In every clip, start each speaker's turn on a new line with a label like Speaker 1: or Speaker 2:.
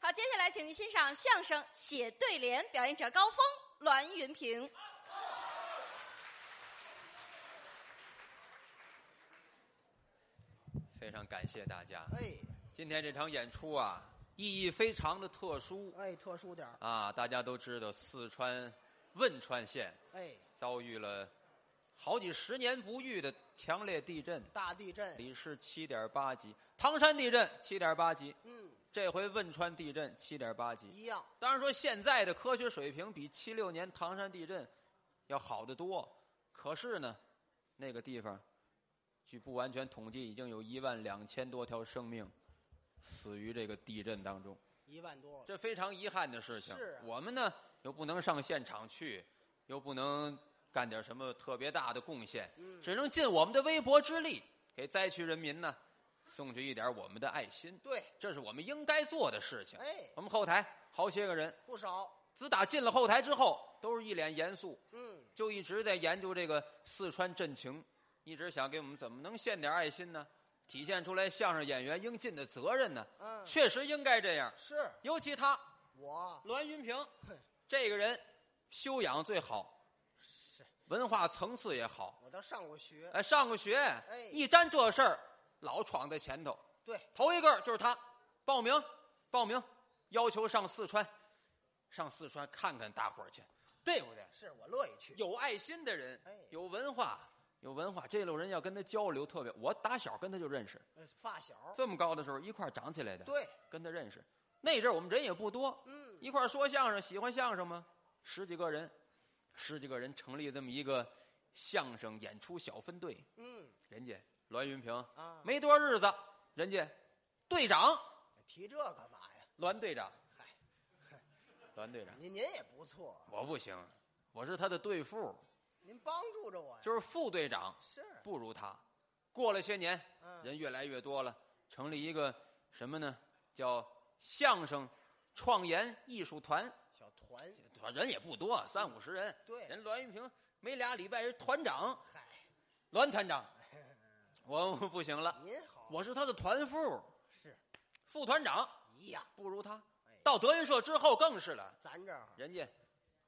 Speaker 1: 好，接下来请您欣赏相声《写对联》，表演者高峰、栾云平。
Speaker 2: 非常感谢大家。
Speaker 3: 哎
Speaker 2: 今天这场演出啊，意义非常的特殊
Speaker 3: 哎，特殊点儿，
Speaker 2: 啊！大家都知道，四川汶川县
Speaker 3: 哎，
Speaker 2: 遭遇了好几十年不遇的强烈地震，
Speaker 3: 大地震，
Speaker 2: 里氏七点八级，唐山地震七点八级，
Speaker 3: 嗯，
Speaker 2: 这回汶川地震七点八级。
Speaker 3: 一样，
Speaker 2: 当然说现在的科学水平比七六年唐山地震要好得多，可是呢，那个地方，据不完全统计，已经有一万两千多条生命死于这个地震当中。
Speaker 3: 一万多了，
Speaker 2: 这非常遗憾的事情。
Speaker 3: 哦是啊
Speaker 2: 我们呢又不能上现场去，又不能干点什么特别大的贡献，
Speaker 3: 嗯
Speaker 2: 只能尽我们的微薄之力，给灾区人民呢送去一点我们的爱心。
Speaker 3: 对，
Speaker 2: 这是我们应该做的事情。
Speaker 3: 哎，
Speaker 2: 我们后台好些个人，
Speaker 3: 不少，
Speaker 2: 自打进了后台之后，都是一脸严肃，
Speaker 3: 嗯，
Speaker 2: 就一直在研究这个四川震情，一直想给我们怎么能献点爱心呢？体现出来相声演员应尽的责任呢？
Speaker 3: 嗯
Speaker 2: 确实应该这样。
Speaker 3: 是
Speaker 2: 尤其他
Speaker 3: 我，
Speaker 2: 栾云平
Speaker 3: 哼，
Speaker 2: 这个人修养最好，
Speaker 3: 是
Speaker 2: 文化层次也好，
Speaker 3: 我都上过学，
Speaker 2: 哎，上过学，
Speaker 3: 哎
Speaker 2: 一沾这事儿老闯在前头。
Speaker 3: 对，
Speaker 2: 头一个就是他，报名，报名，要求上四川，上四川看看大伙儿去，对不对？
Speaker 3: 是我乐意去，
Speaker 2: 有爱心的人
Speaker 3: 哎，
Speaker 2: 有文化，有文化，这路人要跟他交流特别。我打小跟他就认识，
Speaker 3: 呃发小，
Speaker 2: 这么高的时候一块儿长起来的，
Speaker 3: 对，
Speaker 2: 跟他认识。那阵儿我们人也不多，
Speaker 3: 嗯，
Speaker 2: 一块儿说相声，喜欢相声吗？十几个人，十几个人成立这么一个相声演出小分队。
Speaker 3: 嗯
Speaker 2: 人家栾云平
Speaker 3: 啊，
Speaker 2: 没多日子，人家队长
Speaker 3: 提这干嘛呀？
Speaker 2: 栾队长
Speaker 3: 嗨，
Speaker 2: 栾队长，
Speaker 3: 您您也不错，
Speaker 2: 我不行，我是他的队副，
Speaker 3: 您帮助着我呀，
Speaker 2: 就是副队长，
Speaker 3: 是，
Speaker 2: 不如他。过了些年，
Speaker 3: 嗯，
Speaker 2: 人越来越多了，成立一个什么呢？叫相声创研艺术团，
Speaker 3: 小团，
Speaker 2: 人也不
Speaker 3: 嗯
Speaker 2: 多，三五十人。
Speaker 3: 对
Speaker 2: 人栾云平没俩礼拜，人团长
Speaker 3: 嗨，嗯
Speaker 2: 栾团长， 我我不行了，
Speaker 3: 您好，
Speaker 2: 我是他的团副，
Speaker 3: 是
Speaker 2: 副团长
Speaker 3: 一样，
Speaker 2: 不如他
Speaker 3: 哎。
Speaker 2: 到德云社之后更是了，
Speaker 3: 咱这儿，
Speaker 2: 人家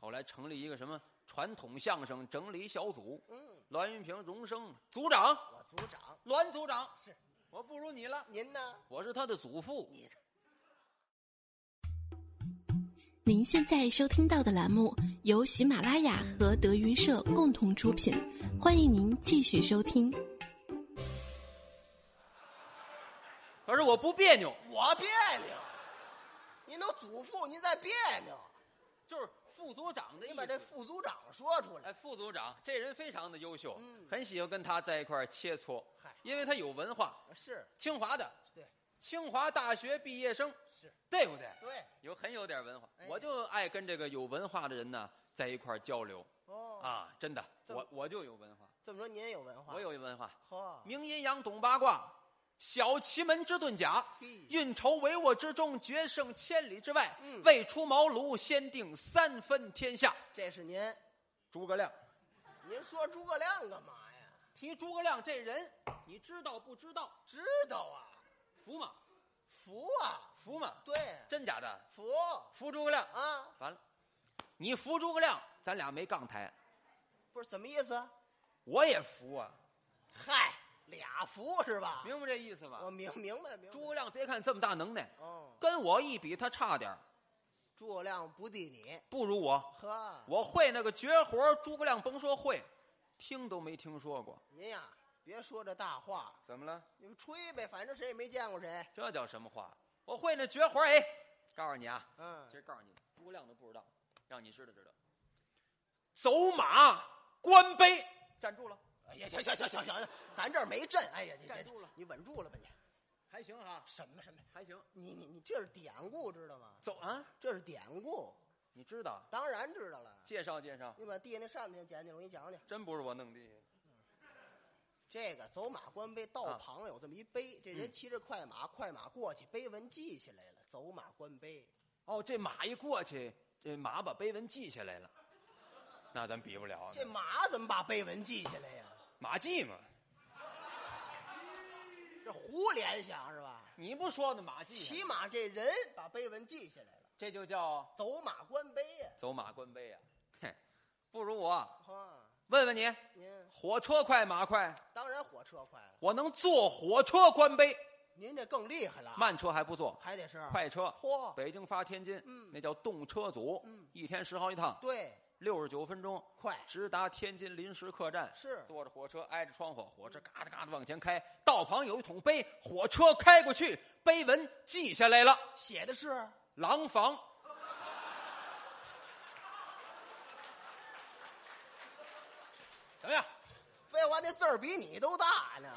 Speaker 2: 后来成立一个什么传统相声整理小组，
Speaker 3: 嗯，
Speaker 2: 栾云平、荣生组长，
Speaker 3: 我组长，
Speaker 2: 栾组长
Speaker 3: 是
Speaker 2: 我不如你了，
Speaker 3: 您呢？
Speaker 2: 我是他的祖父。
Speaker 3: 你
Speaker 4: 您现在收听到的栏目由喜马拉雅和德云社共同出品，欢迎您继续收听。
Speaker 2: 可是我不别扭，
Speaker 3: 我别扭，您都祖父，您再别扭，
Speaker 2: 就是副组长的意
Speaker 3: 您把这
Speaker 2: 思。
Speaker 3: 副组长说出来，
Speaker 2: 哎，副组长这人非常的优秀，
Speaker 3: 嗯
Speaker 2: 很喜欢跟他在一块儿切磋，
Speaker 3: 嗨
Speaker 2: 因为他有文化，
Speaker 3: 是
Speaker 2: 清华的，
Speaker 3: 对，
Speaker 2: 清华大学毕业生，
Speaker 3: 是
Speaker 2: 对不对？
Speaker 3: 对，
Speaker 2: 有很有点文化，
Speaker 3: 哎
Speaker 2: 我就爱跟这个有文化的人呢在一块儿交流
Speaker 3: 哦，
Speaker 2: 啊，真的，
Speaker 3: 这么
Speaker 2: 我我就有文化，
Speaker 3: 这么说您也有文化，
Speaker 2: 我有文化，
Speaker 3: 呵，
Speaker 2: 明阴阳懂八卦，小奇门之遁甲，
Speaker 3: 嘿
Speaker 2: 运筹帷幄之中，决胜千里之外，
Speaker 3: 嗯
Speaker 2: 未出茅庐先定三分天下。
Speaker 3: 这是您，
Speaker 2: 诸葛亮
Speaker 3: 您说诸葛亮干嘛呀？
Speaker 2: 提诸葛亮这人，你知道不知道？
Speaker 3: 知道啊，
Speaker 2: 服吗？
Speaker 3: 服啊，
Speaker 2: 服吗？
Speaker 3: 对，
Speaker 2: 真假的？
Speaker 3: 服
Speaker 2: 服诸葛亮？
Speaker 3: 啊，
Speaker 2: 完了，你服诸葛亮，咱俩没杠抬。
Speaker 3: 不是什么意思？
Speaker 2: 我也服啊，
Speaker 3: 嗨，俩服是吧？
Speaker 2: 明白这意思吗
Speaker 3: 我？明明白明白，
Speaker 2: 诸葛亮别看这么大能耐，
Speaker 3: 哦，
Speaker 2: 跟我一比他差点儿，
Speaker 3: 诸葛亮不敌你，
Speaker 2: 不如我。
Speaker 3: 呵，
Speaker 2: 我会那个绝活儿，诸葛亮甭说会，听都没听说过。
Speaker 3: 您呀，别说这大话，
Speaker 2: 怎么了？
Speaker 3: 你们吹呗，反正谁也没见过谁，
Speaker 2: 这叫什么话？我会那绝活儿，哎，告诉你啊，
Speaker 3: 嗯
Speaker 2: 其，实告诉你，诸葛亮都不知道，让你知道知道。走马观碑，站住了，
Speaker 3: 哎呀，行行行行行，咱这儿没震，哎呀，你
Speaker 2: 站
Speaker 3: 这
Speaker 2: 住了
Speaker 3: 你稳住了吧你？
Speaker 2: 还行哈，
Speaker 3: 什么什么？
Speaker 2: 还行。
Speaker 3: 你你你这是典故知道吗？
Speaker 2: 走啊，
Speaker 3: 这是典故，
Speaker 2: 你知道？
Speaker 3: 当然知道了。
Speaker 2: 介绍介绍，
Speaker 3: 你把地下那扇子捡起来，我给你讲讲。
Speaker 2: 真不是我弄的。
Speaker 3: 这个走马观碑，道
Speaker 2: 啊
Speaker 3: 旁有这么一碑，这人骑着快马，快马过去，碑文记下来了。走马观碑，
Speaker 2: 哦，这马一过去，这马把碑文记下来了，那咱比不了啊。
Speaker 3: 这马怎么把碑文记下来呀？
Speaker 2: 马记嘛，
Speaker 3: 这胡联想是吧？
Speaker 2: 你不说那马记
Speaker 3: 起
Speaker 2: 上，
Speaker 3: 码这人把碑文记下来了，
Speaker 2: 这就叫
Speaker 3: 走马观碑呀、
Speaker 2: 走马观碑啊！嘿，不如我
Speaker 3: 啊！
Speaker 2: 问问你，
Speaker 3: 您
Speaker 2: 火车快马快？
Speaker 3: 当然火车快了，
Speaker 2: 我能坐火车观碑，
Speaker 3: 您这更厉害了，
Speaker 2: 慢车还不坐，
Speaker 3: 还得是
Speaker 2: 快车。
Speaker 3: 嚯，
Speaker 2: 北京发天津，
Speaker 3: 嗯
Speaker 2: 那叫动车组，
Speaker 3: 嗯
Speaker 2: 一天十好几趟，
Speaker 3: 对，
Speaker 2: 六十九分钟，
Speaker 3: 快
Speaker 2: 直达天津临时客站。
Speaker 3: 是
Speaker 2: 坐着火车挨着窗户，火车嘎哒嘎哒往前开，道旁有一桶碑，火车开过去，碑文记下来了，
Speaker 3: 写的是
Speaker 2: 廊坊。 怎么样？
Speaker 3: 废话，那字儿比你都大呢，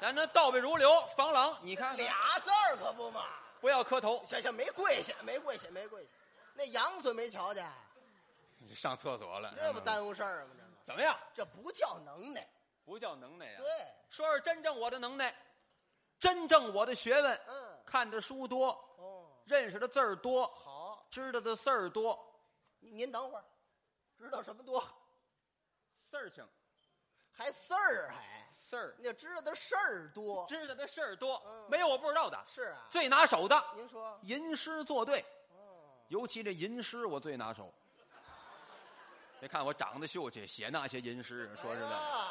Speaker 2: 咱这倒背如流，防狼，你看看，
Speaker 3: 俩字儿可不嘛。
Speaker 2: 不要磕头。
Speaker 3: 行行，没跪下，没跪下，没跪下。那洋笋没瞧见，
Speaker 2: 上厕所了嗯
Speaker 3: 这不耽误事儿吗？
Speaker 2: 怎么样？
Speaker 3: 这不叫能耐。
Speaker 2: 不叫能耐呀、啊
Speaker 3: 对，
Speaker 2: 说说真正我的能耐，真正我的学问，
Speaker 3: 嗯，
Speaker 2: 看的书多，
Speaker 3: 哦，
Speaker 2: 认识的字儿多，
Speaker 3: 好，
Speaker 2: 知道的事儿多，
Speaker 3: 您您等会儿，知道什么多，
Speaker 2: 事儿情
Speaker 3: 还事儿还，
Speaker 2: 事儿，
Speaker 3: 你就知道的事儿多。
Speaker 2: 知道的事儿多，
Speaker 3: 哦嗯
Speaker 2: 没有我不知道的。
Speaker 3: 是啊，
Speaker 2: 最拿手的
Speaker 3: 您说，
Speaker 2: 吟诗作对，
Speaker 3: 哦，
Speaker 2: 尤其这吟诗我最拿手。别看我长得秀气，写那些吟诗，说实在，的，
Speaker 3: 哎呀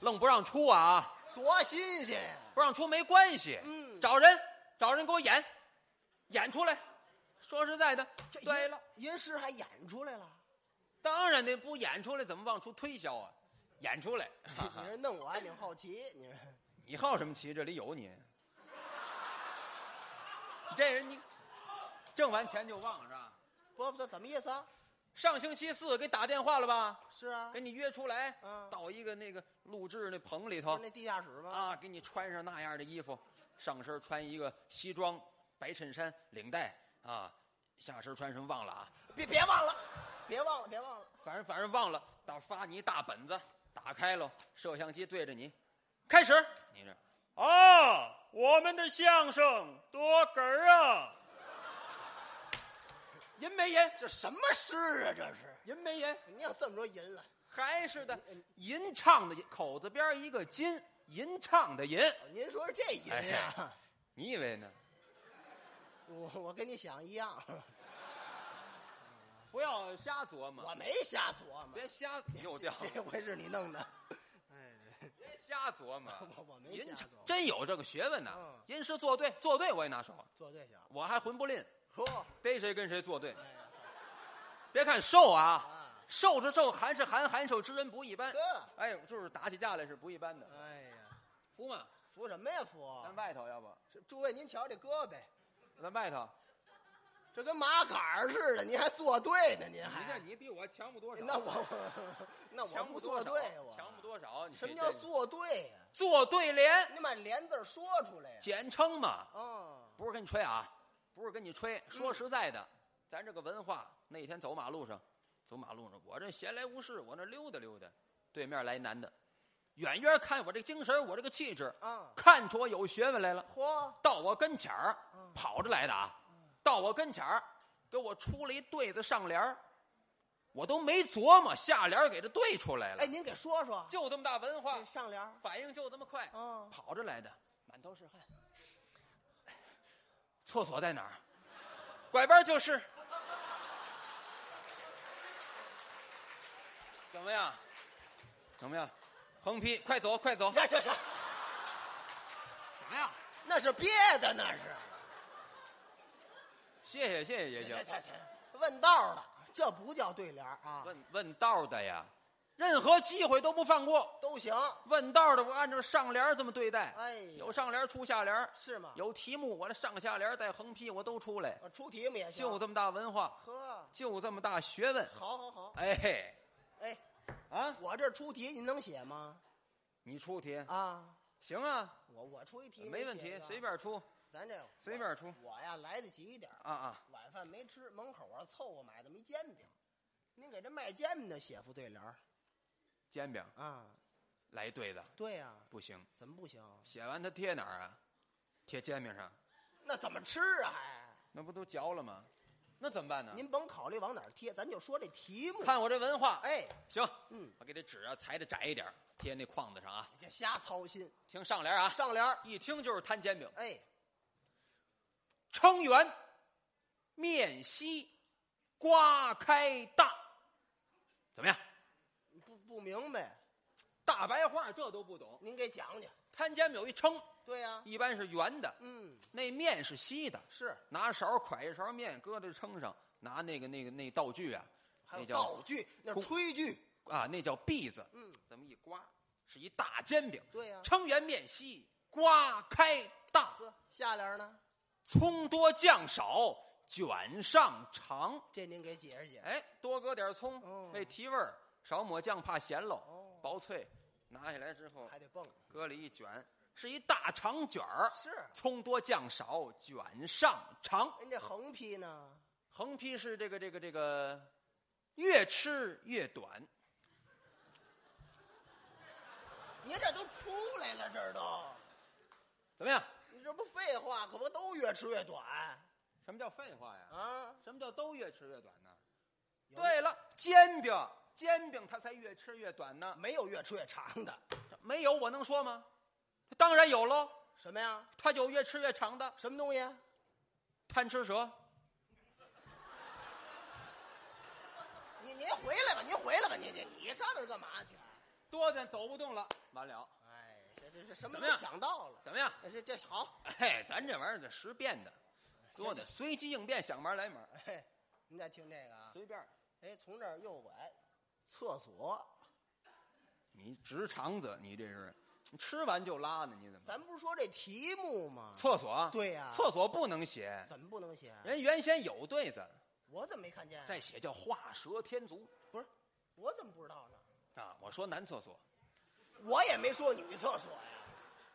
Speaker 2: 愣不让出啊，
Speaker 3: 多新鲜呀！
Speaker 2: 不让出没关系，
Speaker 3: 嗯
Speaker 2: 找人找人给我演，演出来。说实在的，
Speaker 3: 这
Speaker 2: 对
Speaker 3: 银
Speaker 2: 了，，
Speaker 3: 银诗还演出来了，
Speaker 2: 当然得不演出来，怎么往出推销啊？ 演出来，
Speaker 3: 你这弄我还挺好奇，你这
Speaker 2: 你好什么奇？这里有你。你这人你挣完钱就忘是吧？
Speaker 3: 不不，怎么意思啊？
Speaker 2: 上星期四给打电话了吧？
Speaker 3: 是啊
Speaker 2: 给，你约出来，
Speaker 3: 嗯
Speaker 2: 到一个那个录制那棚里
Speaker 3: 不是
Speaker 2: 头
Speaker 3: 那地下室吗？
Speaker 2: 啊，给你穿上那样的衣服，上身穿一个西装、白衬衫、领带啊，下身穿什么忘了啊？
Speaker 3: 别别忘了，别忘了，别忘了。
Speaker 2: 反正反正忘了，打发你一大本子，打开喽，摄像机对着你，开始，你这
Speaker 5: 啊，我们的相声多哏儿啊！
Speaker 2: 淫没淫？
Speaker 3: 这什么诗啊？这是
Speaker 2: 淫没淫？
Speaker 3: 你要这么说淫了，
Speaker 2: 还是的，吟唱的吟口字边儿一个金，吟唱的吟。
Speaker 3: 您说这淫哎呀、
Speaker 2: 你以为呢？
Speaker 3: 我我跟你想一 样，
Speaker 2: 不要瞎琢
Speaker 3: 我
Speaker 2: 磨，
Speaker 3: 没瞎琢磨，
Speaker 2: 别瞎扭掉，
Speaker 3: 这回是你弄的。
Speaker 2: 别瞎琢 磨。
Speaker 3: 我我没瞎
Speaker 2: 吟
Speaker 3: 琢
Speaker 2: 唱
Speaker 3: 磨，
Speaker 2: 真有这个学问呐
Speaker 3: 嗯！
Speaker 2: 吟诗作对，作对我也拿手，
Speaker 3: 做对象。
Speaker 2: 我还混不吝，
Speaker 3: 说，
Speaker 2: 逮谁跟谁作对。
Speaker 3: 哎呀
Speaker 2: 别看瘦啊，
Speaker 3: 啊，
Speaker 2: 瘦是瘦，寒是寒，寒瘦之人不一般。
Speaker 3: 呵，
Speaker 2: 哎，就是打起架来是不一般的。啊
Speaker 3: 哎呀，
Speaker 2: 服吗？
Speaker 3: 服什么呀服？
Speaker 2: 咱外头要不，
Speaker 3: 是诸位您瞧这胳膊，
Speaker 2: 咱外头，
Speaker 3: 这跟麻杆儿似的，您还做对呢？您
Speaker 2: 你
Speaker 3: 还
Speaker 2: 看你比哎我强不多少，
Speaker 3: 那我我 那我
Speaker 2: 强
Speaker 3: 不
Speaker 2: 不
Speaker 3: 做
Speaker 2: 多
Speaker 3: 对
Speaker 2: 少
Speaker 3: 我
Speaker 2: 强不多少。你
Speaker 3: 什么
Speaker 2: 这
Speaker 3: 叫做对呀、
Speaker 2: 做对联？
Speaker 3: 你把连字儿说出来呀、
Speaker 2: 简称嘛，
Speaker 3: 哦，
Speaker 2: 不是跟你吹啊，不是跟你吹。
Speaker 3: 嗯
Speaker 2: 说实在的，咱这个文化，那天走马路上，走马路上，我这闲来无事，我那溜达溜达，对面来男的，远远看我这精神，我这个气质，
Speaker 3: 啊，
Speaker 2: 看出我有学问来了，
Speaker 3: 嚯，
Speaker 2: 到我跟前儿
Speaker 3: 嗯
Speaker 2: 跑着来的啊，到我跟前儿给我出了一对子上联儿我都没琢磨，下联儿给他对出来了
Speaker 3: 哎，，您给说说，
Speaker 2: 就这么大文化
Speaker 3: 这，上联儿，
Speaker 2: 反应就这么快。
Speaker 3: 嗯，
Speaker 2: 跑着来的，满头是汗。厕所在哪儿？拐弯就是。怎么样？怎么样？横批，快走，快走！
Speaker 3: 这这这，
Speaker 2: 怎么样？
Speaker 3: 那是憋的，那是。
Speaker 2: 谢谢，谢谢也
Speaker 3: 这
Speaker 2: 行。
Speaker 3: 这这，问道的，这不叫对联儿啊，
Speaker 2: 问问道的呀，任何机会都不放过。
Speaker 3: 都行。
Speaker 2: 问道的，我按照上联这么对待。
Speaker 3: 哎呀，
Speaker 2: 有上联出下联，
Speaker 3: 是吗？
Speaker 2: 有题目我这上下联带横批我都出来，
Speaker 3: 啊出题目也行。
Speaker 2: 就这么大文化，
Speaker 3: 呵，
Speaker 2: 就这么大学问。
Speaker 3: 好好好。
Speaker 2: 哎嘿，
Speaker 3: 哎，
Speaker 2: 啊，
Speaker 3: 我这出题您能写吗？
Speaker 2: 你出题
Speaker 3: 啊，
Speaker 2: 行啊，
Speaker 3: 我我出一题
Speaker 2: 没问题，随
Speaker 3: 便。
Speaker 2: 便出
Speaker 3: 咱这
Speaker 2: 随便出
Speaker 3: 我呀来得及一点儿，
Speaker 2: 啊啊！
Speaker 3: 晚饭没吃，门口啊凑合买这么一煎饼。您给这卖煎饼的写副对联儿
Speaker 2: 煎饼
Speaker 3: 啊？
Speaker 2: 来一对子
Speaker 3: 对呀、
Speaker 2: 不行，
Speaker 3: 怎么不行？
Speaker 2: 写完它贴哪儿啊？贴煎饼上，
Speaker 3: 那怎么吃啊？还
Speaker 2: 那不都嚼了吗？那怎么办呢？
Speaker 3: 您甭考虑往哪儿贴，咱就说这题目。
Speaker 2: 啊看我这文化，
Speaker 3: 哎，
Speaker 2: 行，
Speaker 3: 嗯，
Speaker 2: 我给这纸啊裁的窄一点儿，贴那框子上啊。
Speaker 3: 别瞎操心。
Speaker 2: 听上联啊，
Speaker 3: 上联儿，
Speaker 2: 一听就是摊煎饼。
Speaker 3: 哎，
Speaker 2: 撑圆，面稀，瓜开大，怎么样？
Speaker 3: 不不明白，
Speaker 2: 大白话这都不懂。
Speaker 3: 您给讲讲。
Speaker 2: 摊煎饼有一撑，
Speaker 3: 对呀、
Speaker 2: 一般是圆的，
Speaker 3: 嗯，
Speaker 2: 那面是稀的，
Speaker 3: 是，
Speaker 2: 拿勺㧟一勺面，搁在撑上，拿那个那个那道具啊，
Speaker 3: 还有
Speaker 2: 那叫
Speaker 3: 道具，那
Speaker 2: 公
Speaker 3: 炊具，
Speaker 2: 啊，那叫篦子，
Speaker 3: 嗯，
Speaker 2: 这么一刮，是一大煎饼。
Speaker 3: 对啊呀、
Speaker 2: 撑圆面稀，瓜开大，
Speaker 3: 呵，下联儿呢？
Speaker 2: 葱多酱少，卷上肠。
Speaker 3: 这您给解释解释。
Speaker 2: 哎，多搁点葱
Speaker 3: 哦，
Speaker 2: 为提味儿；少抹酱，怕咸喽。
Speaker 3: 哦，
Speaker 2: 薄脆，拿下来之后
Speaker 3: 还得蹦。
Speaker 2: 搁里一卷，是一大长卷儿。
Speaker 3: 是，
Speaker 2: 葱多酱少，卷上肠。
Speaker 3: 人这横批呢？
Speaker 2: 横批是这个这个这个，越吃越短。
Speaker 3: 您这都出来了，这儿都，
Speaker 2: 怎么样？
Speaker 3: 你这不废话，可不都越吃越短
Speaker 2: 什么叫废话呀？
Speaker 3: 啊？
Speaker 2: 什么叫都越吃越短呢？
Speaker 3: 有
Speaker 2: 对了，煎饼，煎饼它才越吃越短呢。
Speaker 3: 没有越吃越长的，
Speaker 2: 没有我能说吗？当然有喽，
Speaker 3: 什么呀？
Speaker 2: 它有越吃越长的
Speaker 3: 什么东西？啊
Speaker 2: 贪吃蛇。
Speaker 3: 您您回来吧，您回来吧，您您你上那儿干嘛去？啊
Speaker 2: 多的走不动了，完了，
Speaker 3: 哎，这这这什
Speaker 2: 怎
Speaker 3: 么都
Speaker 2: 么样
Speaker 3: 想到了，
Speaker 2: 怎么样？
Speaker 3: 这这这好，
Speaker 2: 哎，咱这玩意儿得识变的，多的随机应变，想门儿来门儿，
Speaker 3: 哎，您再听这个啊，
Speaker 2: 随便儿。
Speaker 3: 哎，从这儿右拐，厕所，
Speaker 2: 你直肠子，你这是你吃完就拉呢？你怎么？
Speaker 3: 咱不是说这题目吗？
Speaker 2: 厕所，
Speaker 3: 对呀
Speaker 2: 厕所不能写，
Speaker 3: 怎么不能写？啊
Speaker 2: 人原先有对子，
Speaker 3: 我怎么没看见？啊
Speaker 2: 再写叫画蛇添足
Speaker 3: 不是，我怎么不知道呢？
Speaker 2: 啊。我说男厕所，
Speaker 3: 我也没说女厕所呀，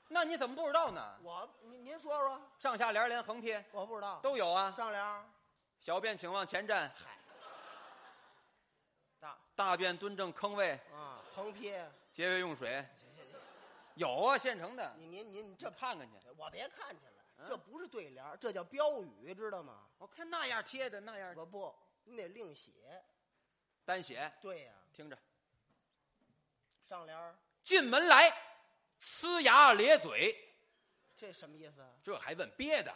Speaker 2: 那你怎么不知道呢？
Speaker 3: 我您您说说，
Speaker 2: 上下联连横撇
Speaker 3: 我不知道。
Speaker 2: 都有啊。
Speaker 3: 上联儿，
Speaker 2: 小便请往前站，
Speaker 3: 嗨，
Speaker 2: 大大便蹲正坑位，
Speaker 3: 啊，横批，
Speaker 2: 节约用水。有啊，现成的，
Speaker 3: 您您您
Speaker 2: 这
Speaker 3: 这，
Speaker 2: 看看去。
Speaker 3: 我别看去了，
Speaker 2: 嗯
Speaker 3: 这不是对联儿，这叫标语，知道吗？
Speaker 2: 我看那样贴的那样
Speaker 3: 我不，你得另写。
Speaker 2: 单写，
Speaker 3: 对呀、
Speaker 2: 听着，
Speaker 3: 上联儿，
Speaker 2: 进门来，呲牙咧嘴，
Speaker 3: 这什么意思啊？
Speaker 2: 这还问憋的。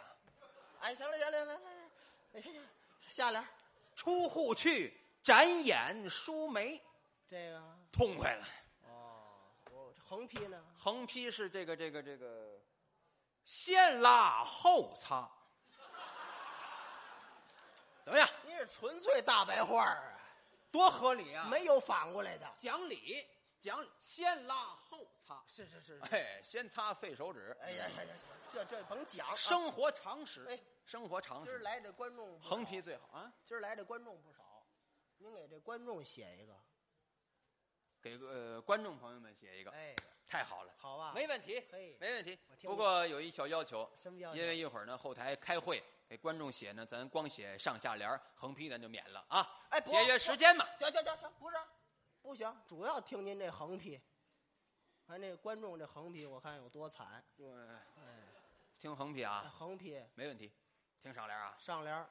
Speaker 3: 哎，行了行了，来来来，哎行行，下联儿，
Speaker 2: 出户去，展眼舒眉，
Speaker 3: 这个
Speaker 2: 痛快了。
Speaker 3: 哦，我这横批呢？
Speaker 2: 横批是这个这个这个，先拉后擦，怎么样？
Speaker 3: 您是纯粹大白话儿
Speaker 2: 多合理啊！
Speaker 3: 啊，没有反过来的。
Speaker 2: 讲理，讲理先拉后擦。
Speaker 3: 是是是，哎
Speaker 2: 哎，先擦废手指，
Speaker 3: 哎呀呀呀，这这甭讲啊，
Speaker 2: 生活常识。
Speaker 3: 哎
Speaker 2: 生活常
Speaker 3: 今儿
Speaker 2: 识，
Speaker 3: 来这观众不少
Speaker 2: 横批，最好啊！
Speaker 3: 今儿来这观众不少，您给这观众写一个，
Speaker 2: 给个、呃、观众朋友们写一个，
Speaker 3: 哎，
Speaker 2: 太好了，
Speaker 3: 好啊，
Speaker 2: 没问题，
Speaker 3: 嘿
Speaker 2: 没问题
Speaker 3: 我。听
Speaker 2: 不过有一小要求，
Speaker 3: 什么要求
Speaker 2: 因为一会儿呢后台开会，给观众写呢，咱光写上下联儿，横批咱就免了啊，
Speaker 3: 哎不
Speaker 2: 节约时间嘛。
Speaker 3: 行行行行，不是，不行，主要听您这横批，看这观众这横批，我看有多惨，
Speaker 2: 听横批
Speaker 3: 哎，
Speaker 2: 啊，
Speaker 3: 横批
Speaker 2: 没问题。听上联啊，
Speaker 3: 上联儿，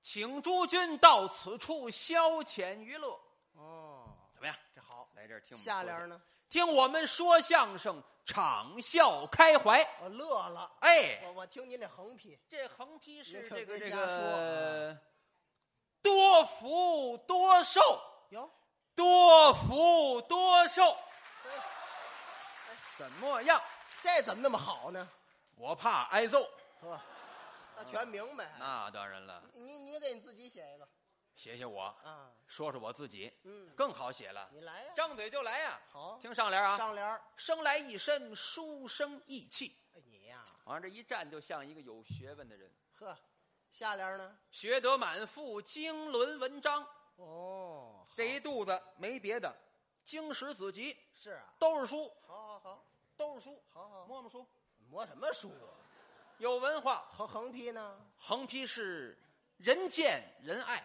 Speaker 2: 请诸君到此处消遣娱乐，
Speaker 3: 哦，
Speaker 2: 怎么样？
Speaker 3: 这好，
Speaker 2: 来这儿听我们
Speaker 3: 下
Speaker 2: 说
Speaker 3: 联儿
Speaker 2: 相
Speaker 3: 呢，
Speaker 2: 听我们说相声，场笑开怀。
Speaker 3: 我乐了，
Speaker 2: 哎，
Speaker 3: 我我听您这横批，
Speaker 2: 这横批
Speaker 3: 您
Speaker 2: 是
Speaker 3: 可
Speaker 2: 这个这
Speaker 3: 别瞎说
Speaker 2: 个，多福多寿，
Speaker 3: 哟，
Speaker 2: 多福多寿，
Speaker 3: 哎
Speaker 2: 怎么样？
Speaker 3: 这怎么那么好呢？
Speaker 2: 我怕挨揍。
Speaker 3: 呵，那全明白，
Speaker 2: 那当然了，
Speaker 3: 你你给你自己写一个
Speaker 2: 写写我，
Speaker 3: 啊，
Speaker 2: 说说我自己，
Speaker 3: 嗯，
Speaker 2: 更好写了，
Speaker 3: 你来呀，
Speaker 2: 张嘴就来呀。
Speaker 3: 好，
Speaker 2: 听上联啊，
Speaker 3: 上联儿，
Speaker 2: 生来一身书生意气，
Speaker 3: 哎你呀，
Speaker 2: 往这一站就像一个有学问的人，
Speaker 3: 呵，下联儿呢？
Speaker 2: 学得满腹经纶文章。
Speaker 3: 哦，
Speaker 2: 这一
Speaker 3: 好
Speaker 2: 肚子没别的，经史子集
Speaker 3: 是啊，
Speaker 2: 都是书，
Speaker 3: 好好好
Speaker 2: 都是书，
Speaker 3: 好好，
Speaker 2: 摸摸书，
Speaker 3: 磨什么书啊？
Speaker 2: 有文化。
Speaker 3: 横横批呢？
Speaker 2: 横批是人见人爱，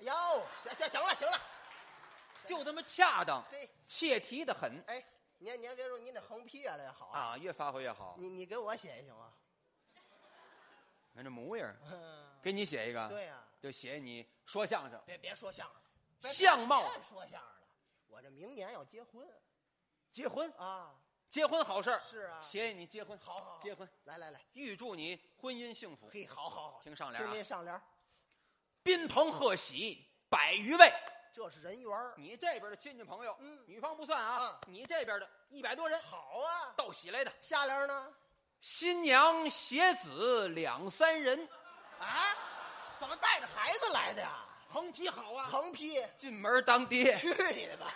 Speaker 3: 哟，哎行行行了行了，
Speaker 2: 就这么恰当，
Speaker 3: 嘿，
Speaker 2: 切题的很
Speaker 3: 哎，您您别说，您这横批越来越好！
Speaker 2: 啊，越发挥越好。
Speaker 3: 你你给我写一行吗？
Speaker 2: 看这模样儿，
Speaker 3: 嗯，
Speaker 2: 给你写一个，
Speaker 3: 对呀、啊
Speaker 2: 对就写你说相声，
Speaker 3: 别别说相声了，别
Speaker 2: 相貌
Speaker 3: 别说相声了。我这明年要结婚
Speaker 2: 结婚
Speaker 3: 啊，
Speaker 2: 结婚好事儿
Speaker 3: 是啊
Speaker 2: 写你结婚，
Speaker 3: 好好好
Speaker 2: 结婚，
Speaker 3: 来来来，
Speaker 2: 预祝你婚姻幸福。
Speaker 3: 嘿，好好好，
Speaker 2: 听上联
Speaker 3: 听
Speaker 2: 啊
Speaker 3: 您，上联儿，
Speaker 2: 宾朋贺喜百余位，
Speaker 3: 这是人缘儿
Speaker 2: 你这边的亲戚朋友，
Speaker 3: 嗯
Speaker 2: 女方不算啊
Speaker 3: 啊，
Speaker 2: 你这边的一百多人
Speaker 3: 好啊。
Speaker 2: 到喜来的，
Speaker 3: 下联儿呢？
Speaker 2: 新娘携子两三人，
Speaker 3: 啊，怎么带着孩子来的呀？
Speaker 2: 横批好啊，
Speaker 3: 横批，
Speaker 2: 进门当爹，
Speaker 3: 去你的吧！